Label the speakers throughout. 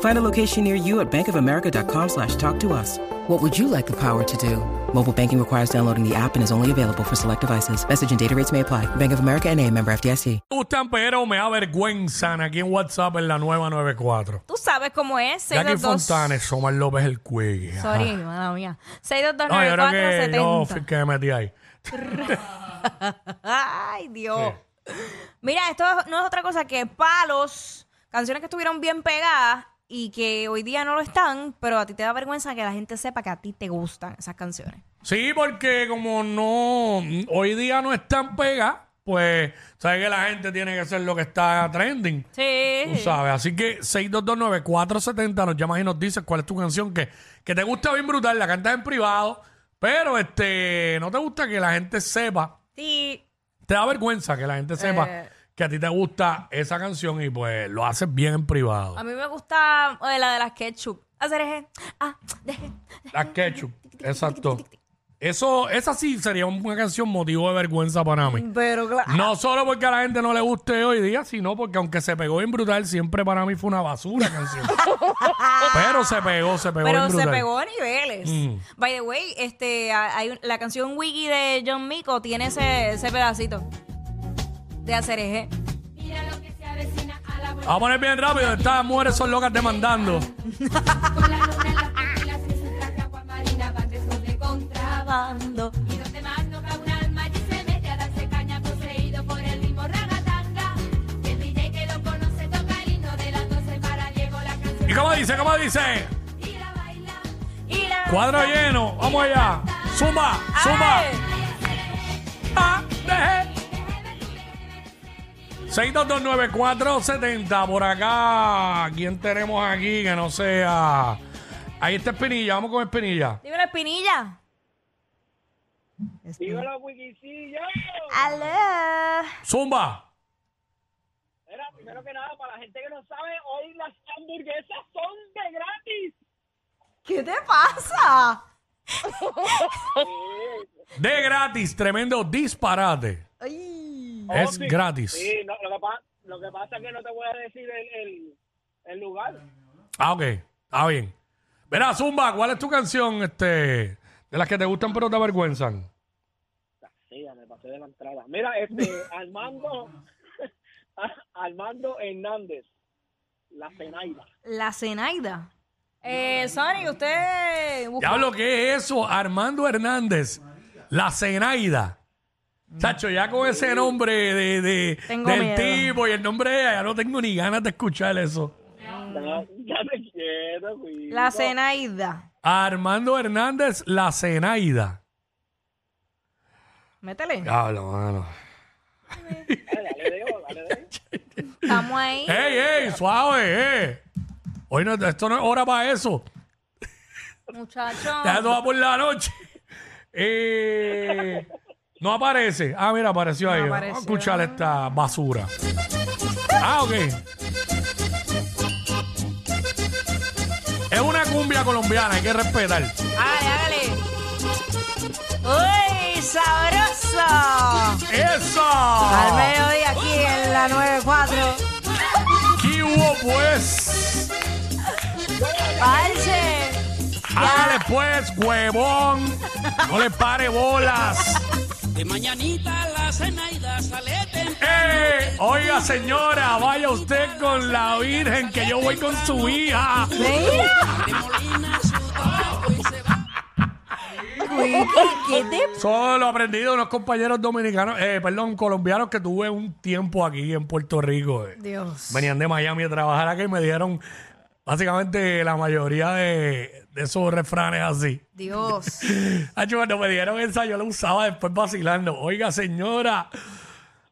Speaker 1: Find a location near you at bankofamerica.com slash talk to us. What would you like the power to do? Mobile banking requires downloading the app and is only available for select devices. Message and data rates may apply. Bank of America and a member FDIC.
Speaker 2: Me gustan, pero me da vergüenza aquí en WhatsApp en la nueva 94.
Speaker 3: Tú sabes cómo es.
Speaker 2: Jackie
Speaker 3: 622.
Speaker 2: Fontanes, Omar López el Cuegui. Ajá.
Speaker 3: Sorry, mala mía.
Speaker 2: No, yo creo que yo fui
Speaker 3: 6229470.
Speaker 2: el que me metí ahí.
Speaker 3: Ay, Dios. Mira, esto no es otra cosa que palos, canciones que estuvieron bien pegadas y que hoy día no lo están, pero a ti te da vergüenza que la gente sepa que a ti te gustan esas canciones.
Speaker 2: Sí, porque como no, hoy día no están pegadas, pues sabes que la gente tiene que hacer lo que está trending. Tú
Speaker 3: Sí.
Speaker 2: sabes, así que 6229470 nos llamas y nos dices cuál es tu canción que, que te gusta bien brutal, la cantas en privado, pero este no te gusta que la gente sepa
Speaker 3: Sí.
Speaker 2: te da vergüenza que la gente sepa
Speaker 3: Eh.
Speaker 2: que a ti te gusta esa canción y pues lo haces bien en privado.
Speaker 3: A mí me gusta eh, la de las ketchup. Hacer eje. Ah, deje.
Speaker 2: La ketchup, exacto. Eso, esa sí sería una canción motivo de vergüenza para mí.
Speaker 3: Pero claro.
Speaker 2: No solo porque a la gente no le guste hoy día, sino porque aunque se pegó en brutal, siempre para mí fue una basura canción. Pero se pegó, se pegó
Speaker 3: Pero
Speaker 2: en
Speaker 3: se
Speaker 2: brutal. Mm.
Speaker 3: pegó a niveles. By the way, este, a- hay un- la canción Wiki de John Mico tiene ese, ese pedacito de hacer eje.
Speaker 2: Vamos a poner bien rápido, estas mujeres son locas demandando.
Speaker 3: Trabando.
Speaker 2: ¿Y cómo dice? ¿Cómo dice? Cuadro lleno, vamos allá. Zumba, zumba.
Speaker 3: Ay,
Speaker 2: Ah, deje. 6229470 por acá. ¿Quién tenemos aquí que no sea? Ahí está Espinilla, vamos con Espinilla.
Speaker 3: Dímelo, Espinilla.
Speaker 4: Dímelo, Wikicillo.
Speaker 3: Aló.
Speaker 2: Zumba.
Speaker 4: Era, primero que nada, para la gente que no sabe, hoy las hamburguesas son de gratis.
Speaker 3: ¿Qué te pasa?
Speaker 2: De gratis, tremendo disparate.
Speaker 4: Oh,
Speaker 2: Es
Speaker 4: sí.
Speaker 2: gratis.
Speaker 4: Sí, no, lo, que pa- lo que pasa es que no te voy a decir el, el, el lugar.
Speaker 2: Ah, ok. Está bien. Verá, Zumba, ¿cuál es tu canción este, de las que te gustan pero te avergüenzan?
Speaker 4: Sí, ya me pasé de la entrada. Mira, este, Armando, Armando Hernández, la Zenaida.
Speaker 3: La Zenaida. Eh, Sony, usted busca.
Speaker 2: Diablo, ¿qué es eso? Armando Hernández, la Zenaida. Chacho, ya con ese nombre de, de-
Speaker 3: Tengo
Speaker 2: del
Speaker 3: miedo.
Speaker 2: tipo y el nombre de ella, ya no tengo ni ganas de escuchar eso.
Speaker 4: Ya, ya te quiero, Wiki.
Speaker 3: La Zenaida.
Speaker 2: Armando Hernández, la Zenaida.
Speaker 3: Métele.
Speaker 2: Diablo, mano.
Speaker 4: Dale, dale, dejo, dale, dejo.
Speaker 3: Estamos ahí.
Speaker 2: ¡Ey, ey! ¡Suave, eh! Hoy no, esto no es hora para eso.
Speaker 3: Muchachos.
Speaker 2: Ya no va por la noche. Eh, no aparece. Ah, mira, apareció ahí. Vamos a
Speaker 3: apareció.
Speaker 2: escuchar esta basura. Ah, ok. Es una cumbia colombiana, hay que respetar.
Speaker 3: Hágale, hágale. ¡Uy, sabroso! Al
Speaker 2: ¡Eso!
Speaker 3: mediodía aquí en la 94.
Speaker 2: ¿Qué hubo, pues?
Speaker 3: ¡Parche!
Speaker 2: Hágale, pues, huevón. No le pare bolas.
Speaker 5: De mañanita la cenaida sale temprano.
Speaker 2: ¡Eh! Oiga, señora, vaya usted con la virgen, que yo voy con su hija.
Speaker 3: ¡Mira!
Speaker 5: De Molina su trabajo y se va.
Speaker 3: Uy, ¿Qué, qué te
Speaker 2: Solo aprendido de unos compañeros dominicanos, eh, perdón, colombianos que tuve un tiempo aquí en Puerto Rico. eh.
Speaker 3: Dios.
Speaker 2: Venían de Miami a trabajar acá y me dieron básicamente la mayoría de, de esos refranes así.
Speaker 3: Dios.
Speaker 2: Hacho, Ah, cuando me dieron esa, yo la usaba después vacilando. Oiga, señora,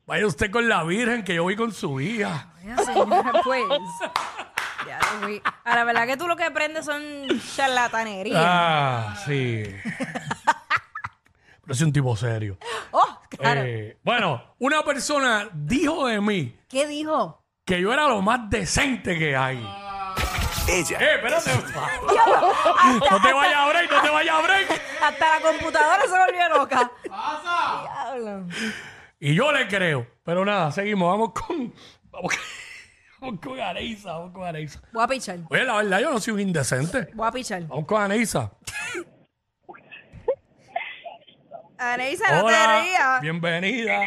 Speaker 2: vaya usted con la virgen, que yo voy con su hija.
Speaker 3: Mira, señora, pues. Ya lo fui. A la verdad que tú lo que aprendes son charlatanería.
Speaker 2: Ah, sí. Ah, Pero soy un tipo serio.
Speaker 3: Oh, claro.
Speaker 2: Eh, bueno, una persona dijo de mí
Speaker 3: ¿Qué dijo?
Speaker 2: que yo era lo más decente que hay.
Speaker 6: Ella.
Speaker 2: Eh, espérate. pa.
Speaker 3: Diablo, hasta,
Speaker 2: no te vayas a break, no te vayas a break.
Speaker 3: hasta la computadora se volvió loca. ¡Pasa! Diablo.
Speaker 2: Y yo le creo. Pero nada, seguimos. Vamos con. Vamos con, vamos con Areisa, vamos con Areisa.
Speaker 3: Voy a pichar.
Speaker 2: Oye, la verdad, yo no soy un indecente.
Speaker 3: Voy a pichar.
Speaker 2: Vamos con Aneisa.
Speaker 3: Anaísa, no te
Speaker 2: Hola.
Speaker 3: rías.
Speaker 2: Bienvenida.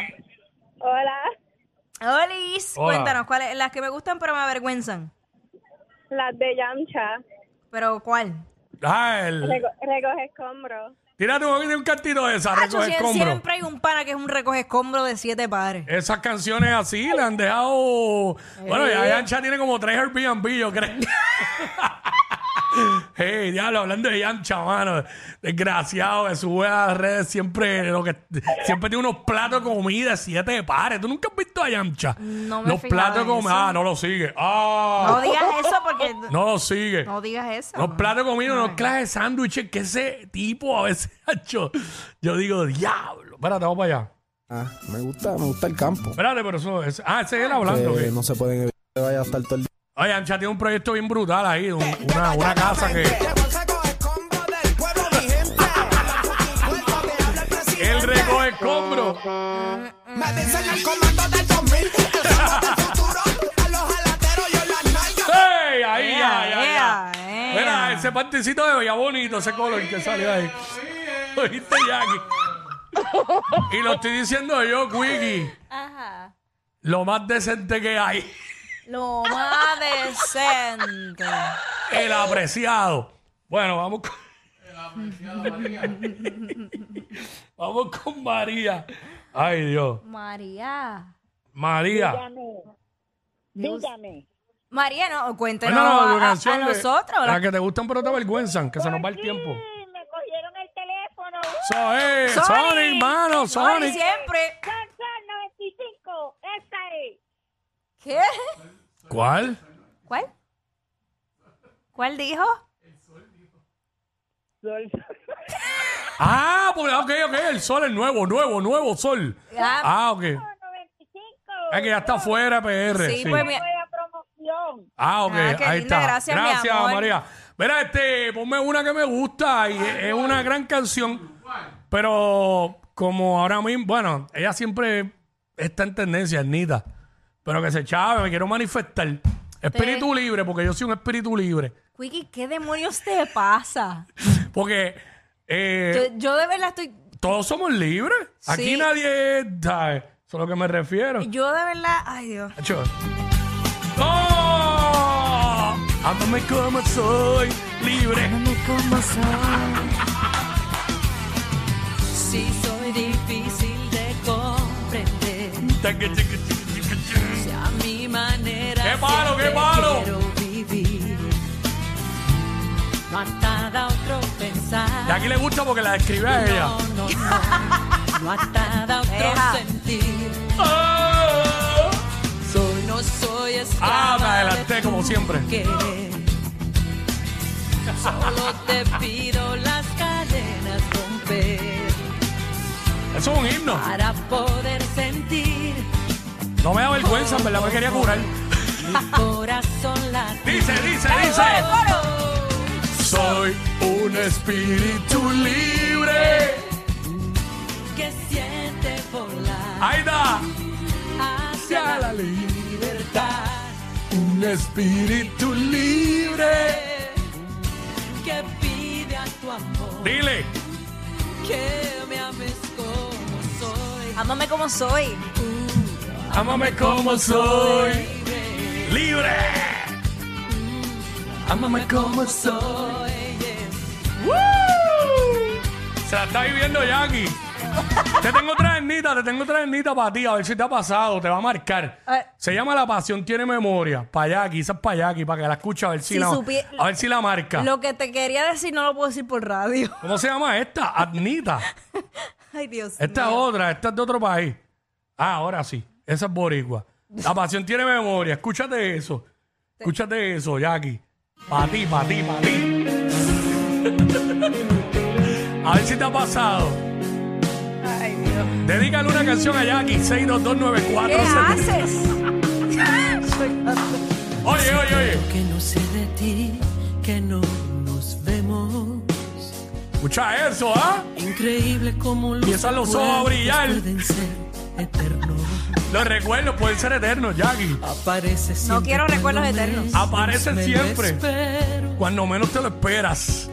Speaker 7: Hola,
Speaker 3: Olis,
Speaker 2: Hola.
Speaker 3: cuéntanos, ¿cuáles? Las que me gustan pero me avergüenzan.
Speaker 7: las de Yamcha.
Speaker 3: ¿Pero cuál?
Speaker 2: Ah, el-
Speaker 7: Reco- recoge escombros.
Speaker 2: Tírate un, un cantito de esa,
Speaker 3: Ah,
Speaker 2: recoge
Speaker 3: sí,
Speaker 2: escombros.
Speaker 3: siempre hay un pana que es un recoge escombro de siete pares.
Speaker 2: Esas canciones así le han dejado. Bueno, ya Yancha tiene como tres Airbnb, yo creo. hey, diablo, hablando de Yancha, mano. Desgraciado, que sube a las redes siempre lo que siempre tiene unos platos de comida, de siete pares. ¿Tú nunca has visto a Yancha?
Speaker 3: No me he
Speaker 2: Los
Speaker 3: fijado
Speaker 2: platos de
Speaker 3: en
Speaker 2: comida.
Speaker 3: eso.
Speaker 2: Ah, no lo sigue.
Speaker 3: No
Speaker 2: Ah,
Speaker 3: digas eso porque... No,
Speaker 2: no lo sigue.
Speaker 3: digas eso.
Speaker 2: Los platos de comida, unos clases de sándwiches que ese tipo a veces ha hecho. Yo digo, diablo. Espérate, vamos para allá.
Speaker 8: Ah, me gusta, me gusta el campo.
Speaker 2: Espérate, pero eso es. Ah, ese es él hablando.
Speaker 8: Que
Speaker 2: ¿qué?
Speaker 8: no se pueden evitar que vaya a estar todo el día.
Speaker 2: Oye, Ancha tiene un proyecto bien brutal ahí, un- una, una casa que... Él recoge escombros. ¡Ey! Ahí,
Speaker 3: Ea,
Speaker 2: ahí, ahí.
Speaker 3: ea,
Speaker 2: Mira,
Speaker 3: ea.
Speaker 2: ese partecito de veía bonito, ese color que salió ahí. ¿Oíste, Jackie? Y lo estoy diciendo yo, Quickie,
Speaker 3: Ajá.
Speaker 2: lo más decente que hay,
Speaker 3: Lo más decente.
Speaker 2: el apreciado. Bueno, vamos con... vamos con María. Ay, Dios.
Speaker 3: María.
Speaker 2: María.
Speaker 4: Dígame. Dígame.
Speaker 3: María, no, cuéntanos
Speaker 2: Bueno, no,
Speaker 3: a-
Speaker 2: tu
Speaker 3: a, a
Speaker 2: canción de-
Speaker 3: nosotros.
Speaker 2: Las que te gustan pero te avergüenzan, que se nos va el tiempo.
Speaker 7: Sí, me cogieron el teléfono.
Speaker 2: So, eh,
Speaker 3: Sonic.
Speaker 2: Sonic, mano,
Speaker 3: Sonic
Speaker 2: Sonic.
Speaker 3: siempre.
Speaker 7: Canción 95, esta es.
Speaker 3: ¿Qué?
Speaker 2: ¿Cuál?
Speaker 3: ¿Cuál? ¿Cuál dijo?
Speaker 2: Ah, porque, ok, ok, el sol es nuevo, nuevo, nuevo sol.
Speaker 3: Ah,
Speaker 2: Ah, ok.
Speaker 7: 95.
Speaker 2: Es que ya está fuera, PR.
Speaker 3: Sí,
Speaker 2: Sí,
Speaker 3: pues mi-
Speaker 7: Nueva promoción.
Speaker 2: Ah, ok,
Speaker 3: Ah, qué
Speaker 2: ahí
Speaker 3: linda,
Speaker 2: está.
Speaker 3: gracias, mi amor.
Speaker 2: María. Mira, este, ponme una que me gusta y es, es una gran canción. Pero como ahora mismo, bueno, ella siempre está en tendencia, es Nita. Pero que se chave, me quiero manifestar. Espíritu libre, porque yo soy un espíritu libre.
Speaker 3: Quickie, ¿qué demonios te pasa?
Speaker 2: Porque eh,
Speaker 3: Yo, yo de verdad estoy.
Speaker 2: todos somos libres. Aquí
Speaker 3: Sí.
Speaker 2: nadie da, Eso es a lo que me refiero.
Speaker 3: Yo de verdad. Ay, Dios.
Speaker 2: Nacho. ¡Oh! Ámame como soy, libre.
Speaker 9: Si soy difícil de comprender,
Speaker 2: Taca, taca, taca, taca, taca.
Speaker 9: si a mi manera
Speaker 2: ¡Qué malo, qué
Speaker 9: siempre
Speaker 2: malo!
Speaker 9: quiero vivir, no atada a otro pensar.
Speaker 2: Y aquí le gusta porque la describe a ella.
Speaker 9: No, no, no, no atada a otro
Speaker 3: Deja.
Speaker 9: sentir.
Speaker 2: ¡Oh!
Speaker 9: Soy, no soy este esclava
Speaker 2: Ah, me adelanté
Speaker 9: de
Speaker 2: como
Speaker 9: tu
Speaker 2: siempre.
Speaker 9: querer. Solo te pido las cadenas romper
Speaker 2: Eso es un himno.
Speaker 9: para poder sentir
Speaker 2: No me da vergüenza, en verdad me quería curar.
Speaker 9: mi corazón latir.
Speaker 2: Dice, dice, dice. Soy un espíritu libre.
Speaker 9: que siente volar
Speaker 2: Ahí está.
Speaker 9: hacia
Speaker 2: Hacia
Speaker 9: la
Speaker 2: la libertad.
Speaker 9: libertad,
Speaker 2: Un espíritu libre.
Speaker 9: que pide a tu amor
Speaker 2: Dile.
Speaker 9: que me ames como soy.
Speaker 3: Ámame como soy.
Speaker 2: Ámame como soy. Libre. Ámame como soy. ¡Woo! Se la está viviendo Jackie. Te tengo otra enita, te tengo otra enita para ti, a ver si te ha pasado, te va a marcar.
Speaker 3: Eh.
Speaker 2: Se llama La Pasión Tiene Memoria, para Jackie, quizás para Jackie, para que la escuche, a ver si,
Speaker 3: Si
Speaker 2: la,
Speaker 3: supie-
Speaker 2: a ver si la marca.
Speaker 3: Lo que te quería decir no lo puedo decir por radio.
Speaker 2: ¿Cómo se llama esta? Adnita.
Speaker 3: Ay, Dios.
Speaker 2: Esta es
Speaker 3: mío.
Speaker 2: otra, esta es de otro país. Ah, ahora sí. Esa es boricua. La pasión tiene memoria. Escúchate eso. Escúchate eso, Jackie. Pa' ti, pa' ti, pa' ti. A ver si te ha pasado. Dedícale una canción a Jackie,
Speaker 3: ¿Qué
Speaker 2: 6229470.
Speaker 3: haces?
Speaker 2: Oye, oye, oye.
Speaker 9: Que no sé de ti, que no nos vemos.
Speaker 2: Escucha eso, ¿ah?
Speaker 9: Increíble como los
Speaker 2: Empiezan los ojos a
Speaker 9: recuerdos
Speaker 2: brillar.
Speaker 9: pueden ser eternos.
Speaker 2: Los recuerdos pueden ser eternos, Jackie.
Speaker 9: Aparece siempre
Speaker 3: No quiero
Speaker 9: cuando
Speaker 3: recuerdos
Speaker 9: menos
Speaker 3: eternos.
Speaker 2: Aparecen
Speaker 9: me
Speaker 2: siempre.
Speaker 9: espero.
Speaker 2: Cuando menos te lo esperas.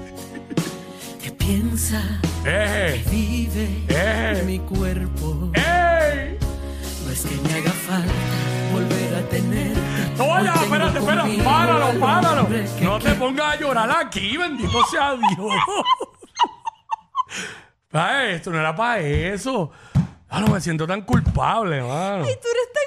Speaker 9: Que piensa,
Speaker 2: Eje,
Speaker 9: vive
Speaker 2: Eh.
Speaker 9: en mi cuerpo.
Speaker 2: ¡Ey!
Speaker 9: No es que me haga falta volver a tenerte.
Speaker 2: ¡Hola!
Speaker 9: Hoy tengo
Speaker 2: Espérate, espérate.
Speaker 9: conmigo
Speaker 2: Páralo,
Speaker 9: al
Speaker 2: páralo.
Speaker 9: hombre que
Speaker 2: No te pongas a llorar aquí, bendito sea Dios. Ay, esto no era para eso. Ah, no me siento tan culpable, mano.
Speaker 3: Tú eres tan